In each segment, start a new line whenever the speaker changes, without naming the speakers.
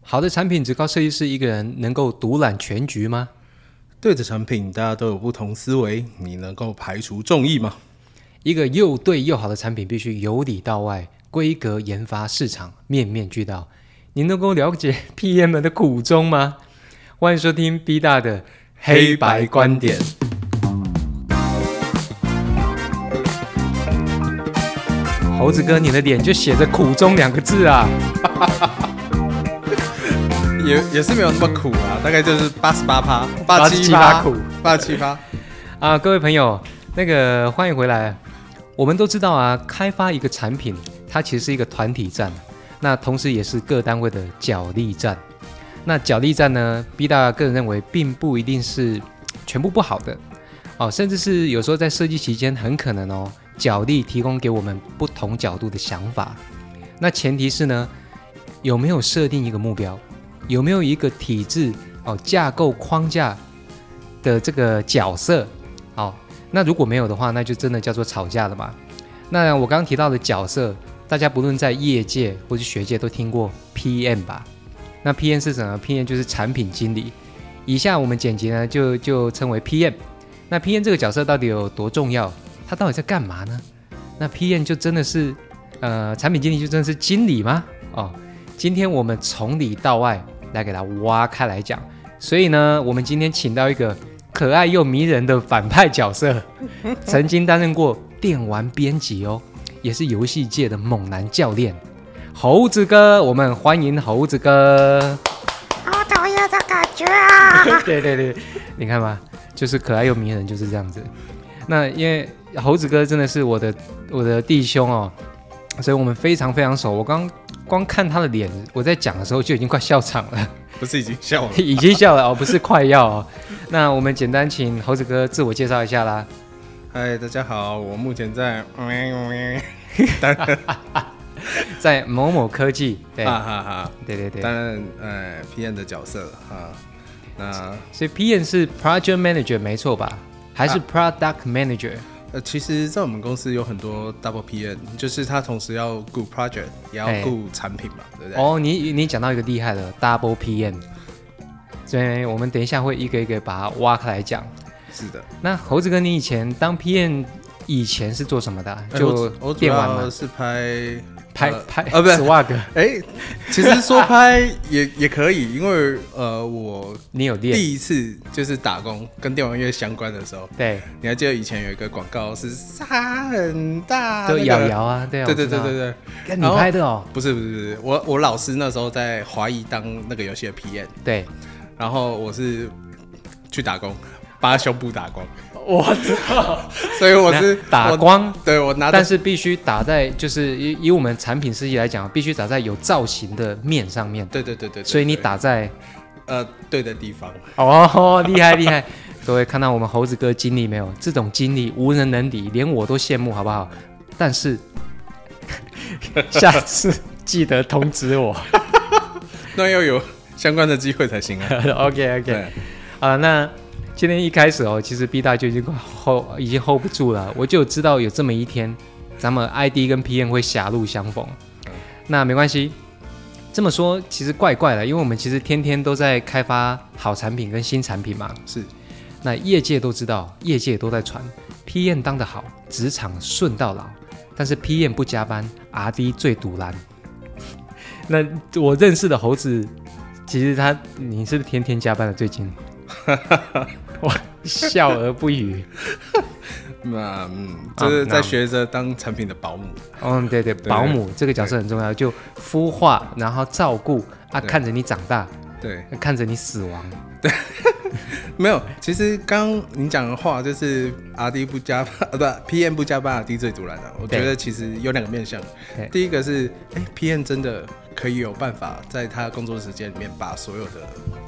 好的产品只靠设计师一个人能够独揽全局吗？
对着产品，大家都有不同思维，你能够排除众议吗？
一个又对又好的产品必须由里到外，规格、研发、市场面面俱到。你能够了解 PM 们的苦衷吗？欢迎收听 B 大的黑白观点。猴子哥，你的脸就写着“苦衷”两个字啊！
也也是没有那么苦啊，大概就是八十八趴，八七
87%苦，
八七趴。
啊，各位朋友，那个欢迎回来。我们都知道啊，开发一个产品，它其实是一个团体战，那同时也是各单位的角力战。那角力战呢，B 大个人认为并不一定是全部不好的哦，甚至是有时候在设计期间，很可能哦，角力提供给我们不同角度的想法。那前提是呢，有没有设定一个目标，有没有一个体制哦架构框架的这个角色好、那如果没有的话，那就真的叫做吵架了嘛。那我刚刚提到的角色，大家不论在业界或是学界都听过 PM 吧？那 PM 是什么？PM 就是产品经理。以下我们简洁呢就就称为 PM。那 PM 这个角色到底有多重要？他到底在干嘛呢？那 PM 就真的是呃产品经理就真的是经理吗？哦，今天我们从里到外来给它挖开来讲。所以呢，我们今天请到一个可爱又迷人的反派角色，曾经担任过电玩编辑哦，也是游戏界的猛男教练。猴子哥，我们欢迎猴子哥。
好讨厌的感觉啊！
对对对，你看吧，就是可爱又迷人，就是这样子。那因为猴子哥真的是我的我的弟兄哦，所以我们非常非常熟。我刚光看他的脸，我在讲的时候就已经快笑场了。
不是已经笑了？
已经笑了哦，不是快要哦。那我们简单请猴子哥自我介绍一下啦。
嗨，大家好，我目前在，哈
在某某科技，对、
哈哈，
对对对，
担任呃 PM 的角色了啊。那
所以 PM 是 Project Manager 没错吧？还
啊
是 Product Manager？、
呃，其实，在我们公司有很多 double PM，就是他同时要顾 project，也要
哎
顾产品嘛，对不对？
哦，你你讲到一个厉害的 Double PM，所以我们等一下会一个一个把它挖开来讲。
是的。
那猴子哥，你以前当 PM 以前是做什么的啊？
哎我
就
主我主
电玩嘛
要，是拍
拍
呃
拍
呃，不是
swag，
哎，其实说拍也也可以，因为呃，我
你有练？
第一次就是打工跟电玩业相关的时候，
对，
你还记得以前有一个广告是沙很大，
就
那个
瑶瑶啊，对啊，
对
我
对
知
对
道
对对，
干你
然后
拍的哦，
不是不是不是，我我老师那时候在华谊当那个游戏的 PM，
对，
然后我是去打工，把他胸部打光，
我知道。
所以我是
打，
我
光，
对我拿
但
着
是必须打在就是以以我们产品设计来讲，必须打在有造型的面上面。
对对对对，对
所以你
对
打在
呃对的地方，
哦，厉害 厉害！各位看到我们猴子哥经历没有？这种经历无人能敌，连我都羡慕，好不好？但是 下次记得通知我。
那要有相关的机会才行 啊。
OK OK。
对，
啊，那今天一开始哦，其实 B 大就已经快 hold 已经 hold 不住了，我就知道有这么一天，咱们 ID 跟 PM 会狭路相逢。那没关系，这么说其实怪怪的，因为我们其实天天都在开发好产品跟新产品嘛。
是
那业界都知道，业界都在传 PM 当得好，职场顺到老，但是 PM 不加班，RD 最堵拦。 那我认识的猴子，其实他你是不是天天加班了？最近，我笑而不 语。
那嗯，
啊
就是在学着当产品的保姆。
嗯，对对，保姆这个角色很重要，就孵化，然后照顾啊，
对
看着你长大，
对，
看着你死亡。
没有，其实刚刚你讲的话就是阿 D 不加 班，呃，不，PM 不加班，阿 D 最阻拦的。我
对
觉得其实有两个面向
对，
第一个是，哎、p m 真的可以有办法在他工作时间里面把所有的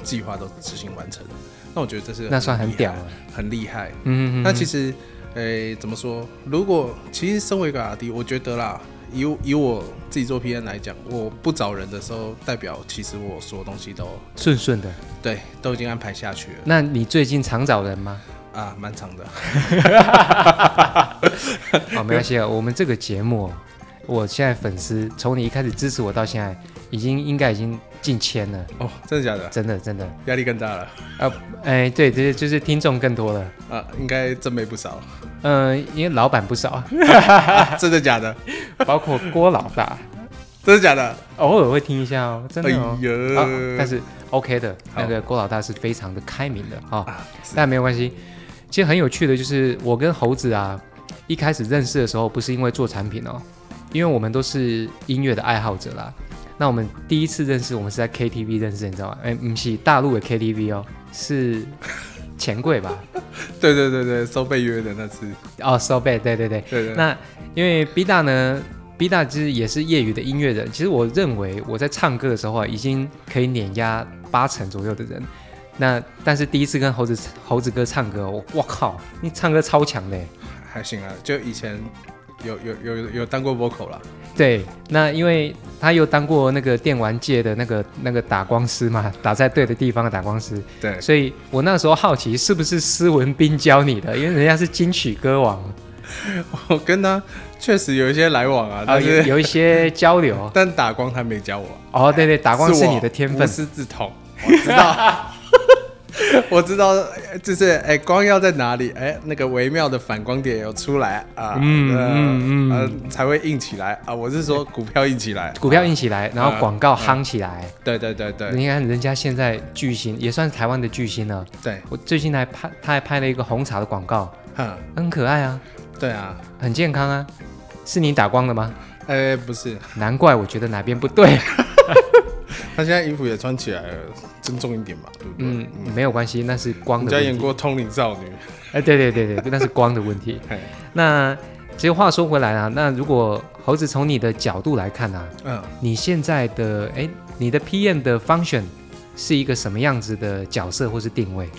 计划都执行完成，那我觉得这是
那算很
厉害
屌了，
很厉害。
嗯，
那其实，诶、怎么说？如果其实身为一个阿弟，我觉得啦，以我以我自己做 PN 来讲，我不找人的时候，代表其实我所有东西都
顺顺的。
对，都已经安排下去了
那你最近常找人吗？
啊，蛮长的。
哦，没关系啊，我们这个节目哦我现在粉丝从你一开始支持我到现在，已经应该已经近千了，
哦，真的假的？
真的真的。
压力更大了
呃，哎，对，这就是听众更多了。
啊，应该真没不少，
嗯、因为老板不少，啊，
真的假的？
包括郭老大，
真的假的？
偶尔会听一下哦，真的哦。
哎
啊，
呀
但是 OK 的，
好
那个郭老大是非常的开明的啊、
啊，是
但没有关系。其实很有趣的就是，我跟猴子啊，一开始认识的时候不是因为做产品哦，因为我们都是音乐的爱好者啦。那我们第一次认识，我们是在 KTV 认识，你知道吗？哎，不是大陆的 KTV 哦，是钱柜吧？
对对对对，收被约的那次，
哦，So Bad，对对对。
对对
那因为 B 大呢，B 大其实也是业余的音乐人。其实我认为我在唱歌的时候啊，已经可以碾压八成左右的人。那但是第一次跟猴子猴子哥唱歌，我我靠，你唱歌超强的耶。
还行啊，就以前有有有有当过 vocal 啦，
对，那因为他又当过那个电玩界的那个那个打光师嘛，打在对的地方的打光师，
对，
所以我那时候好奇是不是施文斌教你的，因为人家是金曲歌王，
我跟他确实有一些来往啊，
然后
但
有
是
有一些交流。
但打光他没教我，
哦，对 对，打光是你的天分
我无，师自通，我知道。 我知道，就是哎、光要在哪里？哎、那个微妙的反光点有出来啊，
嗯
呃
嗯嗯
呃，才会硬起来啊。我是说股票硬起 来，
股票硬起来，然后
嗯
广告夯起来。
对对对对
你看人家现在巨星也算是台湾的巨星了。
对，
我最近还拍，他还拍了一个红茶的广告，
哼，
很可爱啊，
对啊，
很健康啊。是你打光的吗？
哎、不是，
难怪我觉得哪边不 对。
他现在衣服也穿起来了，尊重一点嘛，对不对？
嗯，没有关系，那是光
人
的
家
问
演
题。
过《通灵少女》
哎，对对对对，那是光的问题。
嘿，
那其实话说回来啊，那如果猴子从你的角度来看啊，
嗯，
你现在的哎，你的 PM 的 function 是一个什么样子的角色或是定位？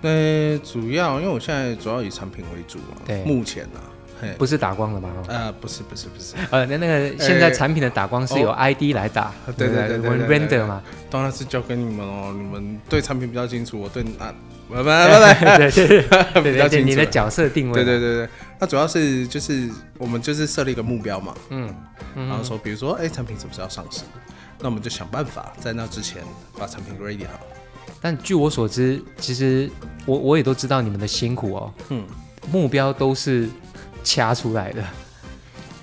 那、主要因为我现在主要以产品为主嘛，
对
目前啊，嘿，
不是打光的吗？哦
呃，不是不是不是，
呃，那那个现在产品的打光是由 ID 来打，
哎哦对
不
对对对
我们
对对对
render 嘛，
当然是交给你们哦，你们对产品比较清楚，我对 啊，不不不
对对对
不，
对
比
对对，
较清
你
楚
的。角色定位，
对对对，对，那主要是就是我们就是设立一个目标嘛，
嗯，
然后说比如说哎产品什么时候要上市，那我们就想办法在那之前把产品 ready 好。
但据我所知，其实我我也都知道你们的辛苦哦，
嗯，
目标都是掐出来的，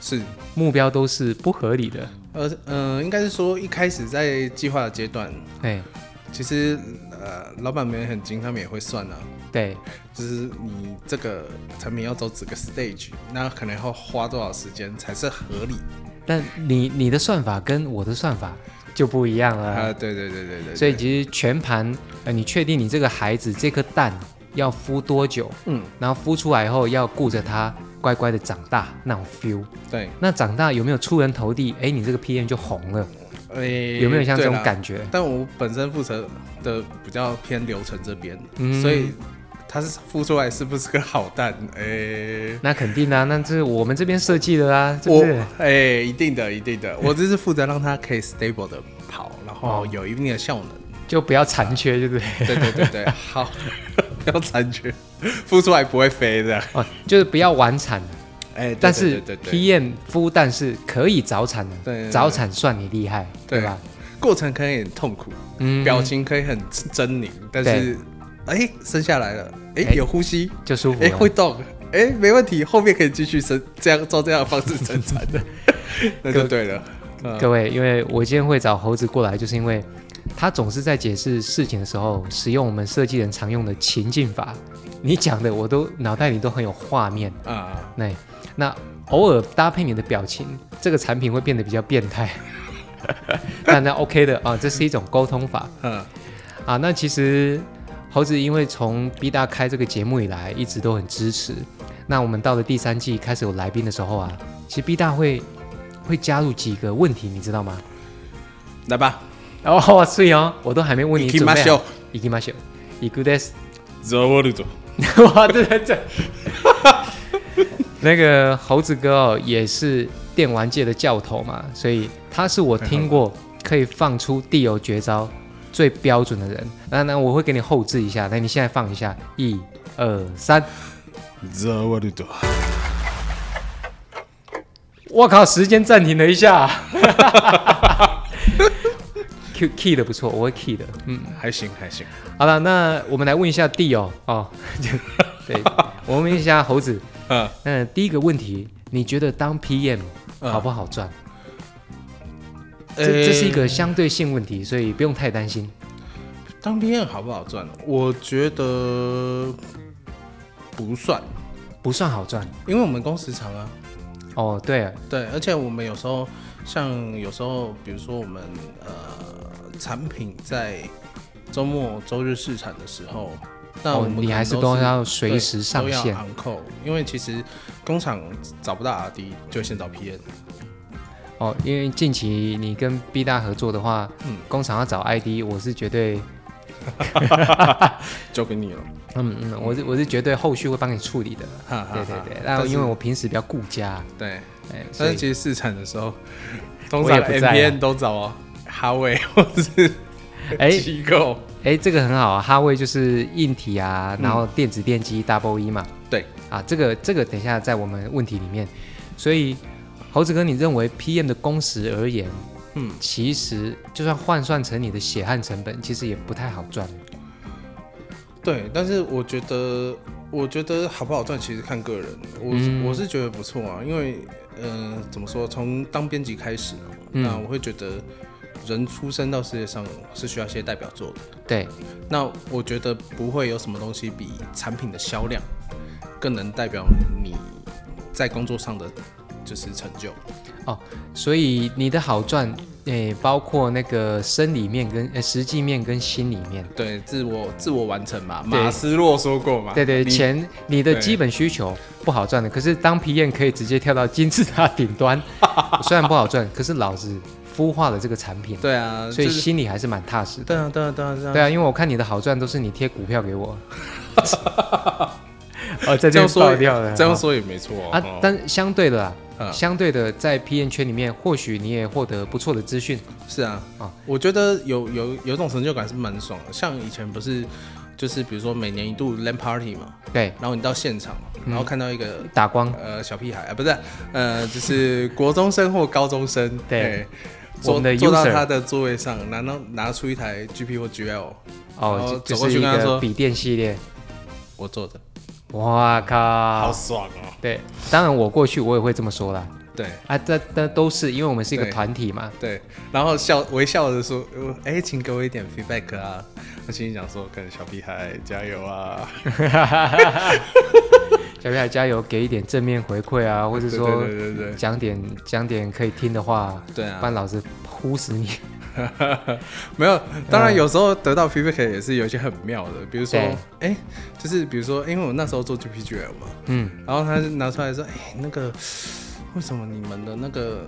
是
目标都是不合理的，
呃呃，应该是说一开始在计划的阶段，
哎，
其实呃老板们也很精，他们也会算啊，
对，
就是你这个产品要走几个 stage，那可能要花多少时间才是合理
但你你的算法跟我的算法就不一样了，
啊？对对对对对对，
所以其实全盘，呃，你确定你这个孩子这颗蛋要孵多久，
嗯
然后孵出来以后要顾着它乖乖的长大那种 feel。
对，
那长大有没有出人头地？哎，你这个 PM 就红了，
诶
有没有像这种？
对啦
感觉？
但我本身负责的比较偏流程这边，
嗯
所以它是孵出来是不是个好蛋？诶、
那肯定啊，那这我们这边设计的啊，是不
我
是？
哎、一定的，一定的，我只是负责让它可以 stable 的跑，然后
哦
有一定的效 能。
就不要残缺，对 不对？
对对对对，好， 不要残缺，孵出来不会飞的。
哦，就是不要晚产，
哎、对
但是 E
对对对对
PM 孵蛋是可以早产的，
对对对
早产算你厉害，
对
对吧？
过程可以很痛苦，
嗯
表情可以很狰狞，但是哎、生下来了，哎、
哎
有呼吸，
就舒服
哎、
了。
会动，哎、没问题，后面可以继续生，这样照这样的方式生 产的，那就对了。嗯
各位，因为我今天会找猴子过来，就是因为他总是在解释事情的时候，使用我们设计人常用的情境法。你讲的我都脑袋里都很有画面，
啊，
那那偶尔搭配你的表情，这个产品会变得比较变态。但那 OK 的啊，这是一种沟通法
嗯，
啊。那其实猴子因为从 B 大开这个节目以来，一直都很支持。那我们到了第三季开始有来宾的时候啊，其实 B 大会会加入几个问题，你知道吗？
来吧，
哦，所以哦，我都还没问你
行き
准
ま
备
しょう
好。行きましょう。行くです。
走我的走。
哇，对对 对。那个猴子哥哦，也是电玩界的教头嘛，所以他是我听过可以放出地游绝招最标准的人。那那我会给你后置一下，那你现在放一下，一二三。
走我的走。
我靠，时间暂停了一下。key key 的不错，我会 key 的。
嗯，还行还行。
好了，那我们来问一下 D 哦哦， 就 对，我们问一下猴子。
嗯，
那第一个问题，你觉得当 PM
嗯呃
好不好赚？这这是一个相对性问题，所以不用太担心。
当 PM 好不好赚？我觉得不算，
不算好赚
因为我们工时长啊。
哦，对啊，
对，而且我们有时候像有时候，比如说我们呃产品在周末周日试产的时候，那我
哦
们、
你还
是
都要
对
随时上
都
线
要 on call，因为其实工厂找不到 RD 就先找 PM，
哦，因为近期你跟 B 大合作的话，
嗯
工厂要找 ID，我是绝对，
交给你了。
嗯嗯，我是我是绝对后续会帮你处理的。
哈哈
对
哈
对对，
但
那
是
因为我平时比较顾家，
对，
哎，所
啊但是
以
其实试产的时候，通
我也
常
不在啊
MPN 都找哈维或是
哎
机构。
哎，这个很好啊，哈位就是硬体啊，然后电子电机 double 一嘛，
嗯对，
啊，这个这个等一下在我们问题里面，所以猴子哥，你认为 PM 的工时而言，
嗯，
其实就算换算成你的血汗成本，其实也不太好赚。
对，但是我觉得，我觉得好不好赚，其实看个人。我、
嗯
我是觉得不错啊，因为呃，怎么说，从当编辑开始，啊
嗯
那我会觉得人出生到世界上是需要一些代表作的。
对，
那我觉得不会有什么东西比产品的销量更能代表你在工作上的就是成就。
所以你的好赚，诶、包括那个生理面跟、呃、实际面跟心里面。
对，自我自我完成嘛，
对
马斯洛说过嘛。
对对，
啊你
钱你的
对
基本需求不好赚的，可是当皮验可以直接跳到金字塔顶 端，虽然不好赚，可是老子孵化了这个产品，
对啊，
所以
就是
心里还是蛮踏 实的。
对啊，对啊，对啊，对啊。
对啊，因为我看你的好赚都是你贴股票给 我，哦，在
这
这边
样
爆
说
掉了，
这样
哦
说也没错哦
啊
哦，
但相对的啦，
嗯
相对的在 P N 圈里面，或许你也获得不错的资讯，
是啊，
啊
我觉得有有有种成就感是蛮爽的。像以前不是，就是比如说每年一度 LAN party 嘛，
对，
然后你到现场，
嗯
然后看到一个、
打光，
呃小屁孩啊，不是，呃，就是国中生或高中生，
对
哎
我
坐
们的
坐到
user
他的座位上，拿到拿出一台 GP 或 GL，然后
哦，就
走过
就是
去
一
跟他
个
说
笔电系列，
我坐的，
哇靠，
爽哦。
对，当然我过去我也会这么说啦，
对
啊，这这都是因为我们是一个
对
团体嘛，
对，然后笑微笑着说，呃哎、请给我一点 feedback 啊。我心里想说，跟小屁孩加油啊。
小屁孩加油，给一点正面回馈啊，或者
对对
说
对对对。
讲点讲点可以听的话，
对啊
不然老子呼死你。
没有，当然有时候得到 feedback 也是有一些很妙的，比如说，
嗯对
哎、就是比如说，因为我那时候做 GPGL 嘛，
嗯，
然后他就拿出来说，哎、那个为什么你们的那个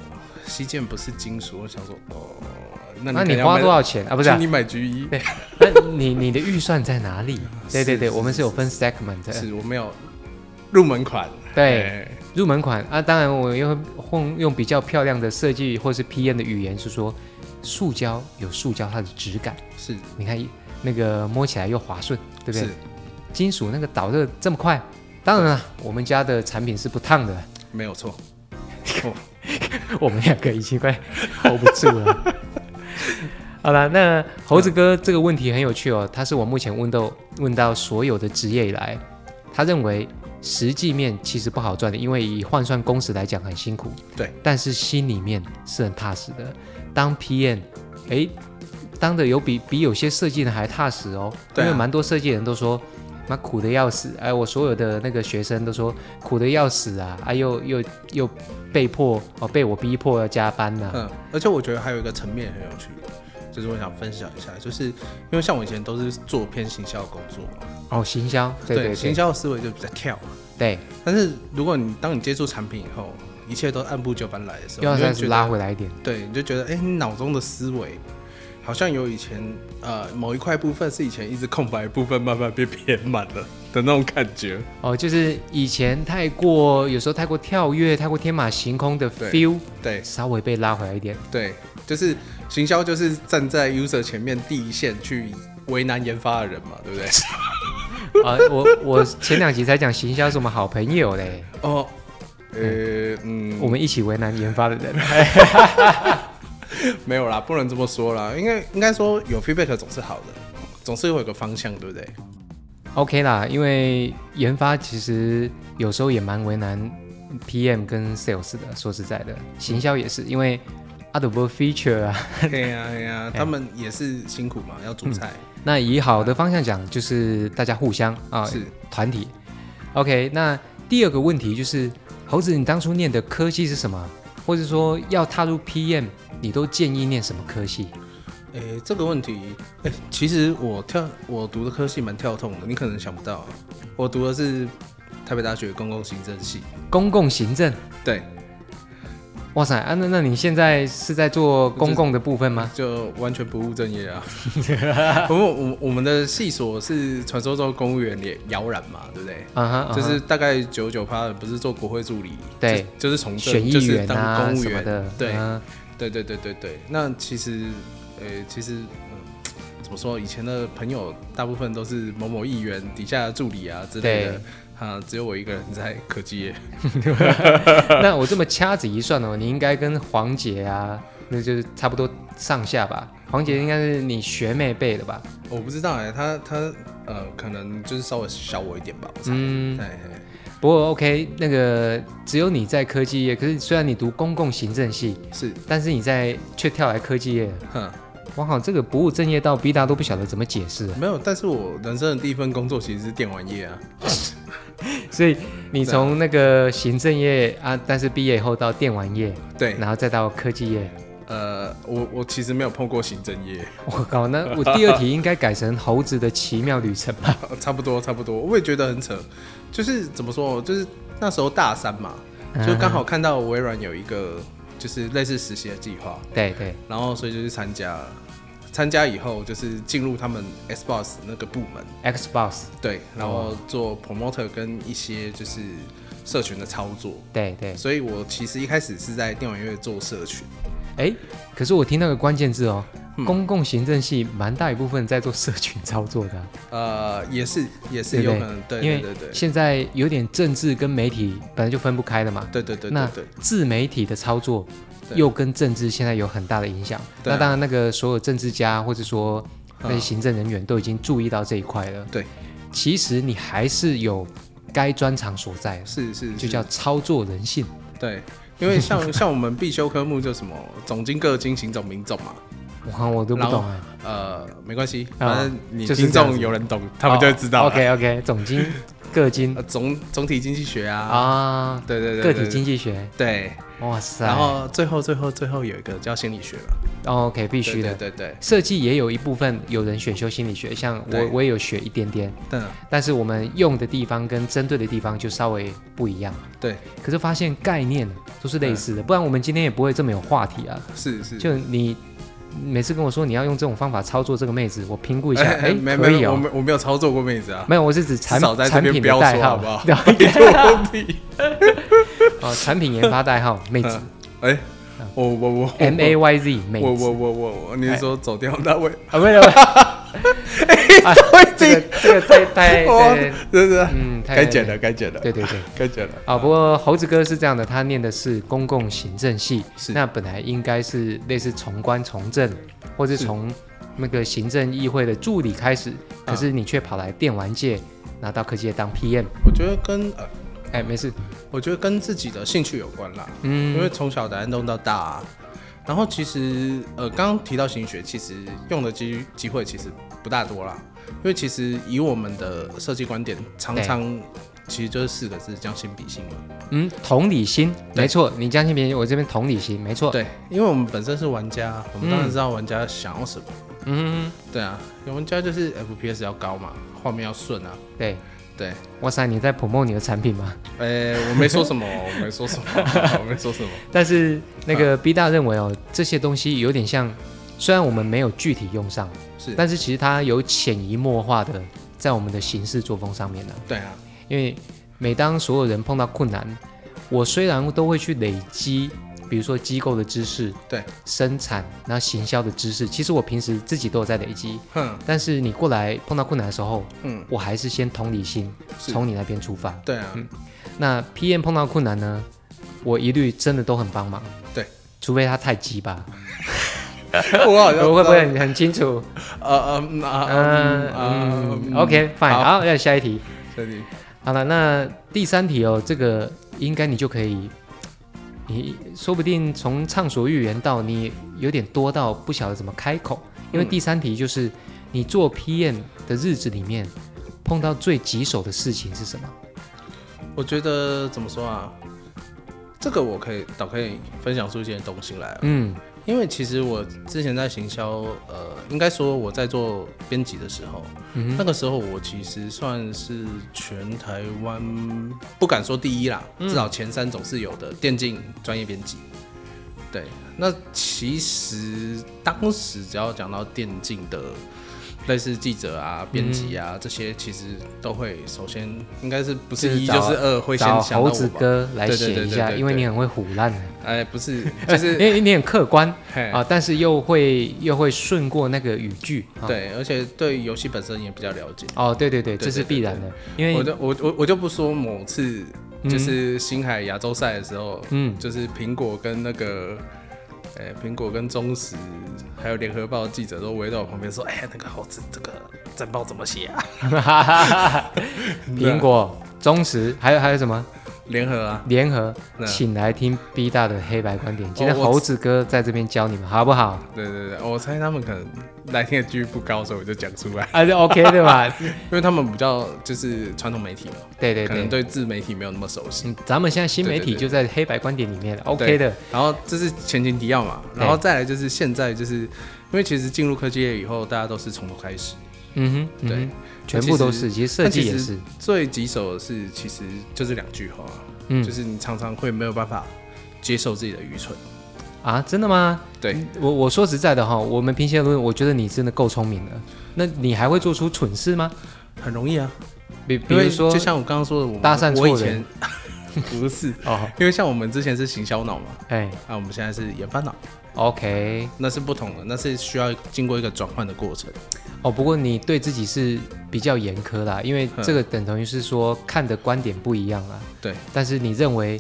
吸键不是金属？我想说，哦，那你
那
可能
你
要
花
买
多少钱啊？不是啊、
请你买 G 一，
对，那你你的预算在哪里？对对对，
是
我们是有分 segment 的，
是我没有入门款，
对
哎
入门款啊。当然，我又用用比较漂亮的设计或是 PM 的语言，是说塑胶有塑胶它的质感，
是
你看那个摸起来又滑顺，对不对
是？
金属那个导热这么快，当然了，我们家的产品是不烫 的。
没有错，
我们两个已经快 hold 不住 了。好了，那猴子哥这个问题很有趣哦，他是我目前问到问到所有的职业以来，他认为实际面其实不好赚的，因为以换算工时来讲很辛苦。
对，
但是心里面是很踏实的。当 PM，哎，当的有比比有些设计人还踏实哦，
对啊
因为蛮多设计人都说。妈苦的要死！哎，我所有的那个学生都说苦的要死啊！啊，又又又被迫哦，被我逼迫要加班啊呐、
嗯，而且我觉得还有一个层面很有趣，就是我想分享一下，就是因为像我以前都是做偏行销的工作嘛，
哦，行销，对对
嗯行
对，
销的思维就比较跳。
对，
但是如果你当你接触产品以后，一切都按部就班来的时候，
又要
你就
再
会觉得
拉回来一点。
对，你就觉得哎、诶你脑中的思维好像有以前呃某一块部分是以前一直空白的部分，慢慢被填满了的那种感觉。
哦，就是以前太过，有时候太过跳跃、太过天马行空的
对
feel，
对
稍微被拉回来一点。
对，就是行销就是站在 user 前面第一线去为难研发的人嘛，对不对？
呃啊、我我前两集才讲行销是我们好朋友嘞，
哦，呃， 嗯，
我们一起为难研发的人。
没有啦，不能这么说啦，应该应该说有 feedback 总是好的，总是会有个方向，对不对？
OK 啦，因为研发其实有时候也蛮为难 PM 跟 Sales 的，说实在的，行销也是，因为 Adobe Feature 啊，
对呀对呀，他们也是辛苦嘛，要煮菜，
那以好的方向讲，就是大家互相啊，
是
团体。OK，那第二个问题就是，猴子，你当初念的科系是什么？或者说要踏入 PM，你都建议念什么科系？嗯
诶、这个问题，诶、其实我跳我读的科系蛮跳痛的，你可能想不到啊、我读的是台北大学公共行政系，
公共行政？
对，
哇塞啊，那那你现在是在做公共的部分吗？
就完全不务正业 啊。不过我我们的系所是传说中公务员也摇染嘛，对不对？
啊哈，啊哈
就是大概九九趴的不是做国会助理，
对
就，就是从政，
选
就
议
是
员
当
啊
公务
什么
员
的，
对，
啊
对对对对对，那其实，呃、其实，嗯，怎么说？以前的朋友大部分都是某某议员底下的助理啊之类的
对，
啊，只有我一个人在科技业。
那我这么掐指一算哦，你应该跟黄姐啊，那就是差不多上下吧。黄姐应该是你学妹辈的吧？
我不知道哎、他他呃，可能就是稍微小我一点吧，我猜。
嗯，
哎哎
不过 OK，那个只有你在科技业，可是虽然你读公共行政系，
是，
但是你在却跳来科技业，
哼，
哇靠，这个不务正业到 B 大都不晓得怎么解释啊了。
没有。但是我人生的第一份工作其实是电玩业啊，
所以你
啊
从那个行政业啊，但是毕业以后到电玩业，
对，
然后再到科技业，
呃，我我其实没有碰过行政业，
我靠，那我第二题应该改成猴子的奇妙旅程吧？
差不多差不多，我也觉得很扯，就是怎么说，就是那时候大三嘛，
嗯
就刚好看到微软有一个就是类似实习的计划，
对对，
然后所以就去参加了，参加以后就是进入他们 Xbox 那个部门，
Xbox，
对，然
哦
后做 promoter 跟一些就是社群的操作，
对对。
所以我其实一开始是在电玩院做社群，
哎，可是我听那个关键字哦，
嗯
公共行政系蛮大一部分在做社群操作的啊、
呃，也是也是
对不
有
对
可能，对
因
对
为
对对。
现在有点政治跟媒体本来就分不开的嘛。
对对对对
那
对，
自媒体的操作
对
又跟政治现在有很大的影响。
对啊
那当然，那个所有政治家或者说那些
嗯
行政人员都已经注意到这一块了。
对，
其实你还是有该专长所在，
是是，
就是叫操作人性。
对，因 为像像我们必修科目就什么总经各经行总民总嘛，
我看我都不
然后
懂哎。
呃，没关系，
啊
反正你
就是
听
这样
众
子哦
有人懂，他们就会知道了。
OK OK，总经、各 经
呃总总体经济学啊，
啊，
对对对，
个
对
体经济学，
对，
哇塞！
然后最后最后最后有一个叫心理学
哦
嘛，
OK，必
必
须的。
对对对，
设计也有一部分有人选修心理学，像我
对
我也有学一点点，
嗯，
但是我们用的地方跟针对的地方就稍微不一样。
对，
可是发现概念都是类似的，不然我们今天也不会这么有话题啊。
是是。
就你每次跟我说你要用这种方法操作这个妹子，我评估一下， 哎、
没
可
没
以
有，我
哦。
没我没有操作过妹子啊，
没有，我是指产
至少在这
产
边
品
不
的
要
代
说
号，
好不好
对
我屁，
哦，产品研发代号妹子
哎，
嗯
我我我
M A Y Z 妹
我
子
我我我我，你是说走掉那位？
啊，没有，没有啊 这 个这个太太
哦
太，
真的，
哎嗯，太
该剪了，该剪了，
对对对。
该剪了。
啊，不过猴子哥是这样的，他念的是公共行政系，
是
那本来应该是类似从官从政，或是啊
是
从那个行政议会的助理开始，可是你却跑来电玩界，拿到科技界当 PM，
我觉得跟呃，
哎，没事，
我觉得跟自己的兴趣有关啦，因
嗯，
为从小打电动到大、啊，然后其实呃，刚刚提到心理学，其实用的机机会其实不大多啦，因为其实以我们的设计观点，常常其实就是四个字，将心比心嘛。
嗯，同理心，
对
没错，你将心比心，我这边同理心，没错，，
对，因为我们本身是玩家，啊我们当然知道玩家想要什么。
嗯，
对啊，有玩家就是 FPS 要高嘛，画面要顺啊。
对，
对，
哇塞，你在 promote 你的产品吗？
呃、我没说 什么哦，我没说什么，我没说什么。
但是那
啊
个 B 大认为哦，这些东西有点像，虽然我们没有具体用上，
是，
但是其实它有潜移默化的在我们的行事作风上面呢、
对啊，
因为每当所有人碰到困难，我虽然都会去累积，比如说机构的知识、
对，
生产、然后行销的知识，其实我平时自己都有在累积。
哼，
但是你过来碰到困难的时候，
嗯，
我还是先同理心
是
从你那边出发。
对啊，
那 PM 碰到困难呢，我一律真的都很帮忙。
对，
除非他太鸡巴，
我好像知道
我会不会很很清楚？
呃嗯啊
嗯
嗯
嗯，OK fine，
好
好，要下一题。
这里
好了，那第三题哦，这个应该你就可以，你说不定从畅所欲言到你有点多到不晓得怎么开口，因为
嗯
第三题就是你做 PM 的日子里面碰到最棘手的事情是什么？
我觉得怎么说啊？这个我可以倒可以分享出一些东西来啊，
嗯，
因为其实我之前在行销，呃，应该说我在做编辑的时候，
嗯
那个时候我其实算是全台湾不敢说第一啦，
嗯
至少前三总是有的电竞专业编辑。对，那其实当时只要讲到电竞的类似记者啊、编辑
嗯
啊、这些，其实都会首先应该是不是一
找
就是二会先
找
想到
猴
我
子
吧？
哥来
对对对
写一
对
下，
对
因为
对
你很会唬烂，
哎，不是， 就是哎
因为你很客观
嘿
啊，但是又会又会顺过那个语句。啊，
对，而且对游戏本身也比较了解。
哦，对对对，这
对
是
对对
必然的，因
我
为
就我我我就不说某次就是星海亚洲赛的时候，
嗯
就是苹果跟那个，哎、苹果跟中时还有联合报记者都围到我旁边说，哎、那个猴子这个战报怎么写啊？
苹果、中实，还有还有什么？
联合啊，
联合，
嗯
请来听 B 大的黑白观点。今天
我
猴子哥在这边教你们，好不好？
对对对，我猜他们可能来听的几率不高，所以我就讲出来，
啊就，OK 对吧？
因为他们比较就是传统媒体嘛，
对对
可能
对，
对自媒体没有那么熟悉。
嗯，咱们现在新媒体
对对对
就在黑白观点里面了
对
，OK 的。。
然后这是前情提要嘛，然后再来就是现在，就是因为其实进入科技业以后，大家都是从头开始。
嗯哼，
对
嗯哼，全部都是，其实设计也
但
是
其实，最棘手的是，其实就是两句话，
嗯
就是你常常会没有办法接受自己的愚蠢。
啊，真的吗？
对，
我我说实在的哈，我们平心而论，我觉得你真的够聪明了。那你还会做出蠢事吗？
很容易啊，
比比
因
如
为
说
就，像我刚刚说的，我们
搭讪错
我
人
以前 不是，
哦，
因为像我们之前是行销脑嘛，
哎
啊，我们现在是研发脑，
，OK，
那是不同的，那是需要经过一个转换的过程。
哦，不过你对自己是比较严苛啦，因为
嗯
这个等同于是说看的观点不一样啦。
对，
但是你认为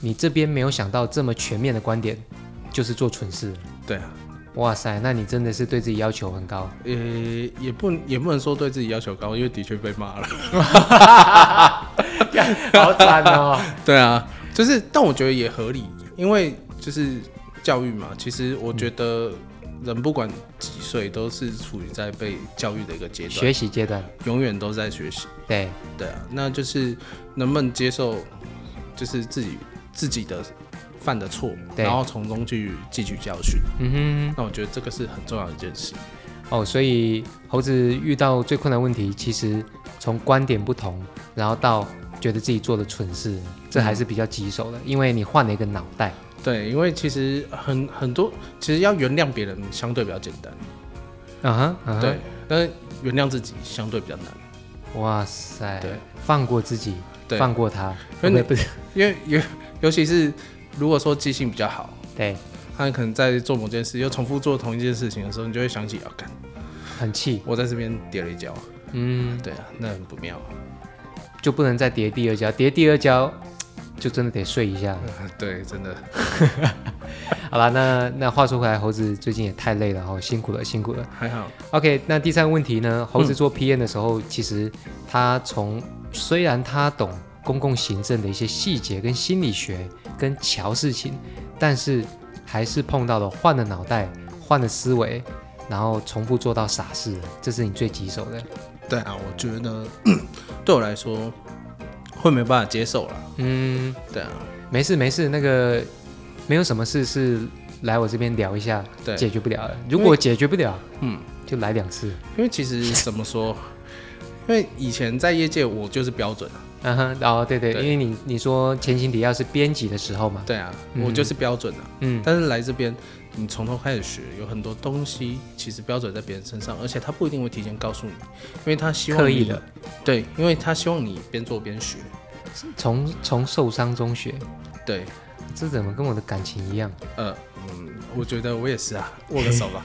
你这边没有想到这么全面的观点，就是做蠢事。
对啊，
哇塞，那你真的是对自己要求很 高。
呃，也不也不能说对自己要求高，因为的确被骂了。
好惨哦！
对啊，就是，但我觉得也合理，因为就是教育嘛。其实我觉得人不管几岁，都是处于在被教育的一个阶段，
学习阶段，
永远都在学习。
对，
对啊，那就是能不能接受，就是自己自己的犯的错，
对
然后从中去汲取教训。
嗯
那我觉得这个是很重要的一件事。
哼，哦，所以猴子遇到最困难问题，其实从观点不同，然后到觉得自己做的蠢事，这还是比较棘手的，因为你换了一个脑袋。
对，因为其实很很多，其实要原谅别人相对比较简单，
嗯哼，嗯
对
哼，，
但是原谅自己相对比较难。
哇塞
对，
放过自己，
对，
放过他，
因为
不
你
是不是，
因为尤尤其是如果说记性比较好，
对，
他可能在做某件事又重复做同一件事情的时候，你就会想起啊，干，
很气，
我在这边跌了一跤，
嗯，
对啊，那很不妙，
就不能再叠第二跤，叠第二跤就真的得睡一下。
嗯对，真的，
好啦，那那话说回来，猴子最近也太累了哈、哦，辛苦了，辛苦了。
还好，
OK，那第三个问题呢？猴子做 PM 的时候，其实他从虽然他懂公共行政的一些细节、跟心理学、跟瞧事情，但是还是碰到了换了脑袋、换了思维，然后重复做到傻事了，这是你最棘手的。
对啊，我觉得 对我来说会没办法接受啦，
嗯，
对啊，
没事没事，那个没有什么事是来我这边聊一下，
对
解决不了的。如果解决不了，
嗯，
就来两次。
因为其实怎么 说，因为以前在业界我就是标准啊，
嗯哼，哦对对，
对
因为你你说前行底要是编辑的时候嘛，
对啊，
嗯
我就是标准啊，
嗯，
但是来这边，你从头开始学，有很多东西其实标准在别人身上，而且他不一定会提前告诉你，因为他希望
刻
你
意的，
对，因为他希望你边做边学，
从从受伤中学，
对，
这怎么跟我的感情一样？
呃，嗯，我觉得我也是啊， 握个手 吧，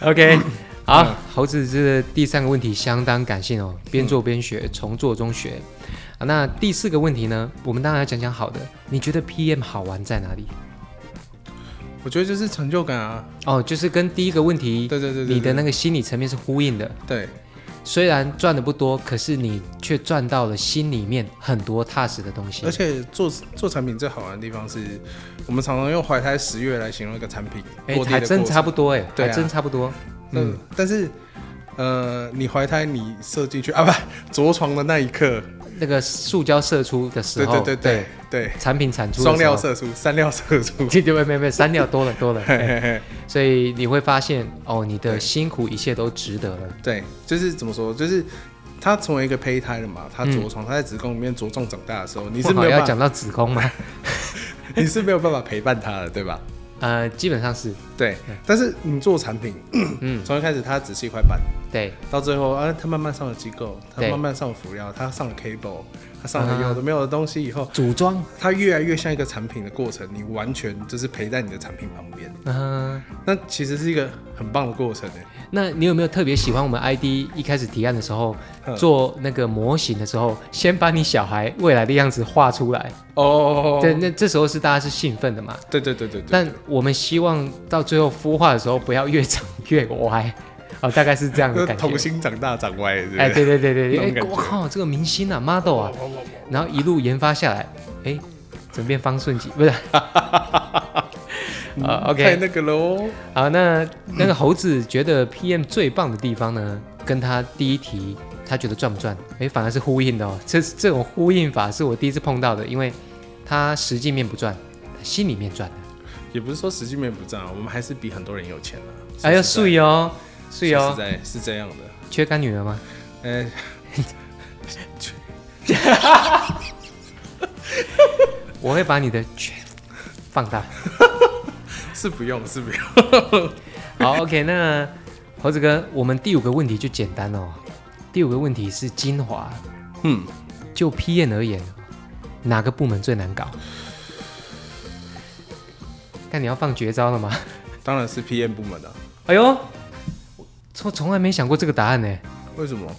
OK，好，嗯
嗯
猴子这第三个问题相当感性哦，边做边学，从做中学。啊，那第四个问题呢，我们当然要讲讲好的。你觉得 PM 好玩在哪里？
我觉得就是成就感啊，
哦，就是跟第一个问题，
对对对对
你的
对
那个心理层面是呼应的。
对
虽然赚的不多，可是你却赚到了心里面很多踏实的东西
而。且做做产品最好玩的地方是，我们常常用怀胎十月来形容一个产品
哎、
落地
还
的
真
过程
差不多哎、
对啊
还真差不多。
嗯，但是呃，你怀胎你射进去啊，不 着床的那一刻，
那个塑胶射出的时
对
候，
对对对对，
产品产出的时候
双料，射出， 三料射 出，
对对对，没有没有三料多了多了。
嘿
哎
嘿嘿，
所以你会发现，哦，你的
对
辛苦一切都值得了。
对，就是怎么说，就是。他成为一个胚胎了嘛？他
嗯
着床，他在子宫里面着重长大的时候，你
你
是没有
要
办法，
讲到子宫吗？
你是没有办法陪伴他的，对吧？
呃，基本上是，
对。但是你做产品，
嗯，
从一开始它只是一块板，
对，
到最后啊，他慢慢上了机构，他
对
慢慢上了辅料，他上了 cable，他上
啊
了有的没有的东西以后，
组装，
它越来越像一个产品的过程，你完全就是陪在你的产品旁边，
嗯、
那其实是一个很棒的过程欸诶。
那你有没有特别喜欢我们 ID 一开始提案的时候
嗯
做那个模型的时候，先把你小孩未来的样子画出来？
哦，
对，那这时候是大家是兴奋的嘛？
对对对对对，
但我们希望到最后孵化的时候不要越长越歪，哦，大概是这样的
那
感觉
童。心长大长歪，
哎， 对对对对对，
那种
哎，
感觉哦
我靠，这个明星 啊，model 啊，
对，
然后一路研发下来，哎，怎么变方顺吉？不 是，呃，OK
嗯太那个了哦。
好，那那个猴子觉得 PM 最棒的地方呢，跟他第一题他觉得赚不赚，哎，反而是呼应的哦。这这种呼应法是我第一次碰到的，因为他实际面不赚，他心里面赚的。
也不是说实际面不赚啊，我们还是比很多人有钱啦。
哎呦，
说实在
睡哦，睡
说
哦
实，在是这样的。
缺干女儿吗？
呃，
我会把你的缺放大。
是不用，是不用。
好，OK，那猴子哥，我们第五个问题就简单哦。第五个问题是精华，
嗯，
就 PM 而言，哪个部门最难搞？看你要放绝招了吗？
当然是 PM 部门 的、啊
哎呦，我从从来没想过这个答案呢，
为什么？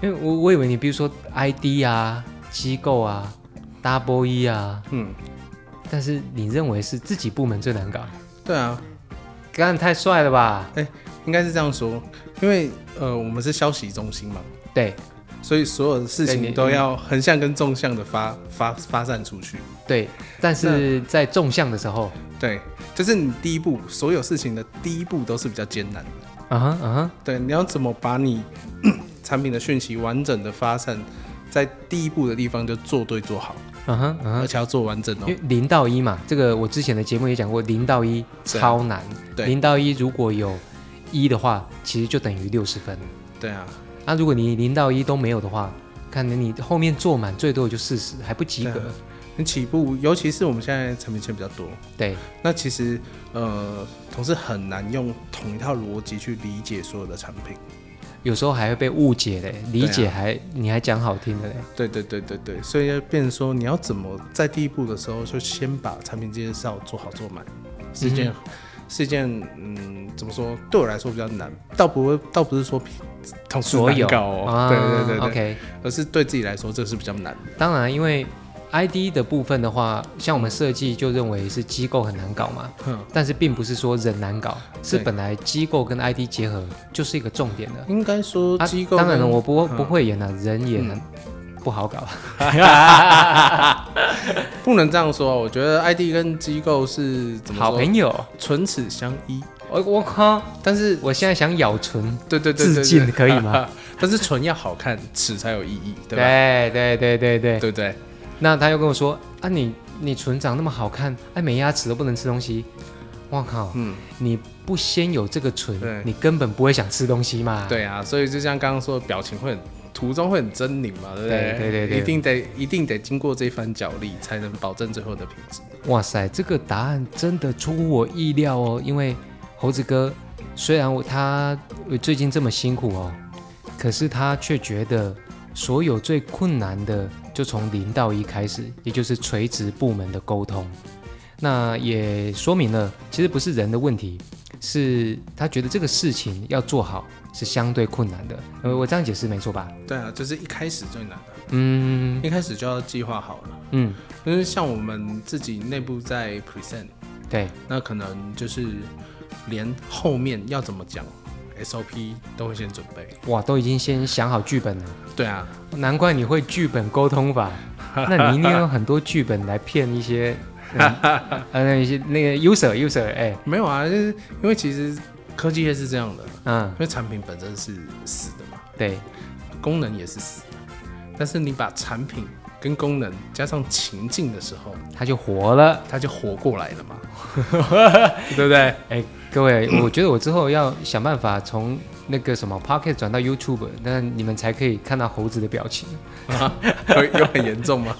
因为我我以为你比如说 ID 啊、机构啊、Double E 啊，
嗯，
但是你认为是自己部门最难搞，
对啊，哎
干太帅了吧？
应该是这样说，因为呃，我们是消息中心嘛，
对
所以所有的事
对你
情都要横向跟纵向的发发发散出去。
对，但是在纵向的时候，
对，就是你第一步，所有事情的第一步都是比较艰难的。
啊哈啊哈，
对，你要怎么把你 产品的讯息完整的发散在第一步的地方就做对做好，
啊哈啊哈
而。且要做完整哦
因为。零到一嘛，这个我之前的节目也讲过，零到一
对啊
超难。
对
零到一如果有一的话，其实就等于六十分。
对啊，
那、如果你零到一都没有的话，看能你后面做满最多也就四十，还不及格
对。啊你起步，尤其是我们现在产品线比较多，
对
那其实呃，同事很难用同一套逻辑去理解所有的产品。
有时候还会被误解嘞，理解
啊
还、你还讲好听的嘞。
对对对对对，所以要变成说，你要怎么在第一步的时候就先把产品介绍做好做满，是一件、是一件嗯，怎么说？对我来说比较难，倒不会，倒不是说同事
所有
难搞哦，
啊
对对对对
OK，
而是对自己来说这是比较难的。
当然因为 ID 的部分的话，像我们设计就认为是机构很难搞嘛，
哼，
但是并不是说人难搞，是
对
本来机构跟 ID 结合就是一个重点的。
应该说
啊
机构、
当然了，我不
嗯
不会演了、人也很不好搞。啊
不能这样说，啊我觉得 ID 跟机构是怎么
好哎
说？
朋友，
唇齿相依，
我我靠！
但是
我现在想咬唇，
对对对
致
对对，
敬可以吗？
但是唇要好看，齿才有意义，对吧？
对对对对对。
对不对？
那他又跟我说啊，你你唇长那么好看，哎、没牙齿都不能吃东西。我靠！
嗯，
你不先有这个唇
对，
你根本不会想吃东西嘛。
对啊，所以就像刚刚说的，表情会很途中会很狰狞嘛，对
对
不对？
对对对
一定得一定得经过这番角力，才能保证最后的品质。
哇塞，这个答案真的出乎我意料哦！因为猴子哥虽然我他呃最近这么辛苦哦，可是他却觉得所有最困难的就从零到一开始，也就是垂直部门的沟通。那也说明了，其实不是人的问题，是他觉得这个事情要做好是相对困难的。呃，我这样解释没错吧？
对啊，这是一开始最难的，
嗯
一开始就要计划好了。
嗯，
因为像我们自己内部在 present，
对，
那可能就是连后面要怎么讲 SOP 都会先准备。
哇，都已经先想好剧本了，
对啊，
难怪你会剧本沟通法。那你一定有很多剧本来骗一些，嗯呃，那一些那个 user user，哎、
没有啊，就是因为其实科技业是这样的，
嗯
因，为产品本身是死的嘛，
对，
功能也是死的，但是你把产品跟功能加上情境的时候，
他就活了。
它就活过来了嘛，对不对？
哎，各位，我觉得我之后要想办法从那个什么 Pocket 转到 YouTube，那你们才可以看到猴子的表情，
啊，有有很严重吗？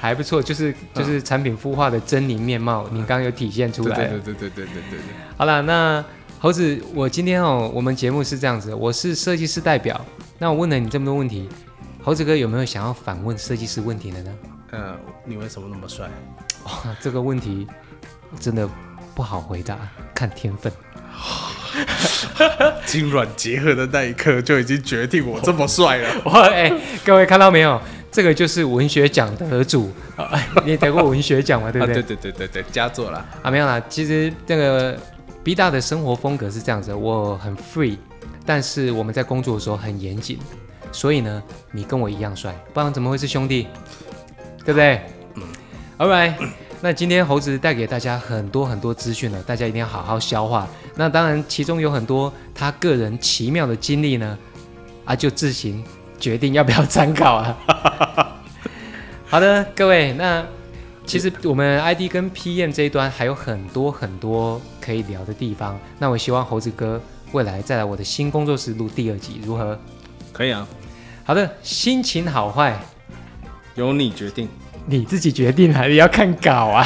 还不错，就是就是产品孵化的狰狞面貌，你刚刚有体现
对
出来。
对对对对对对对对，
好了，那猴子，我今天哦，我们节目是这样子，我是设计师代表，那我问了你这么多问题，猴子哥有没有想要反问设计师问题的呢？
呃，你为什么那么帅？
哇，这个问题真的不好回答，看天分。
精软结合的那一刻就已经决定我这么帅了。
哇，哎、各位看到没有？这个就是文学奖得主， 哎你得过文学奖嘛，对不
啊，
对？
对对对对对，佳作啦，
啊，没有啦，其实这个 B 大的生活风格是这样子，我很 free，但是我们在工作的时候很严谨，所以呢，你跟我一样帅，不然怎么会是兄弟？对不对？嗯。All right，那今天猴子带给大家很多很多资讯了，大家一定要好好消化。那当然，其中有很多他个人奇妙的经历呢，啊，就自行决定要不要参考啊。好的，各位，那其实我们 ID 跟 PM 这一端还有很多很多可以聊的地方。那我希望猴子哥未来再来我的新工作室录第二集，如何？
可以啊，
好的，心情好坏
由你决定。
你自己决定啊，你要看稿啊。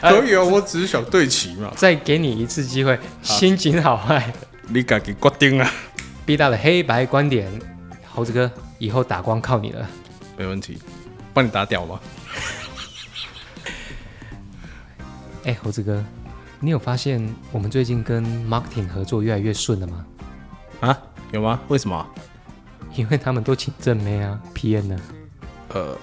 可以啊，我只是想对齐嘛，
再给你一次机会，心情好坏
你自己决定啊，
逼到了黑白观点，猴子哥以后打光靠你了。
没问题，帮你打屌吗？
哎，猴子哥，你有发现我们最近跟 marketing 合作越来越顺了吗？
啊，有吗？为什么？
因为他们都请正妹啊，PM 呢、
呃，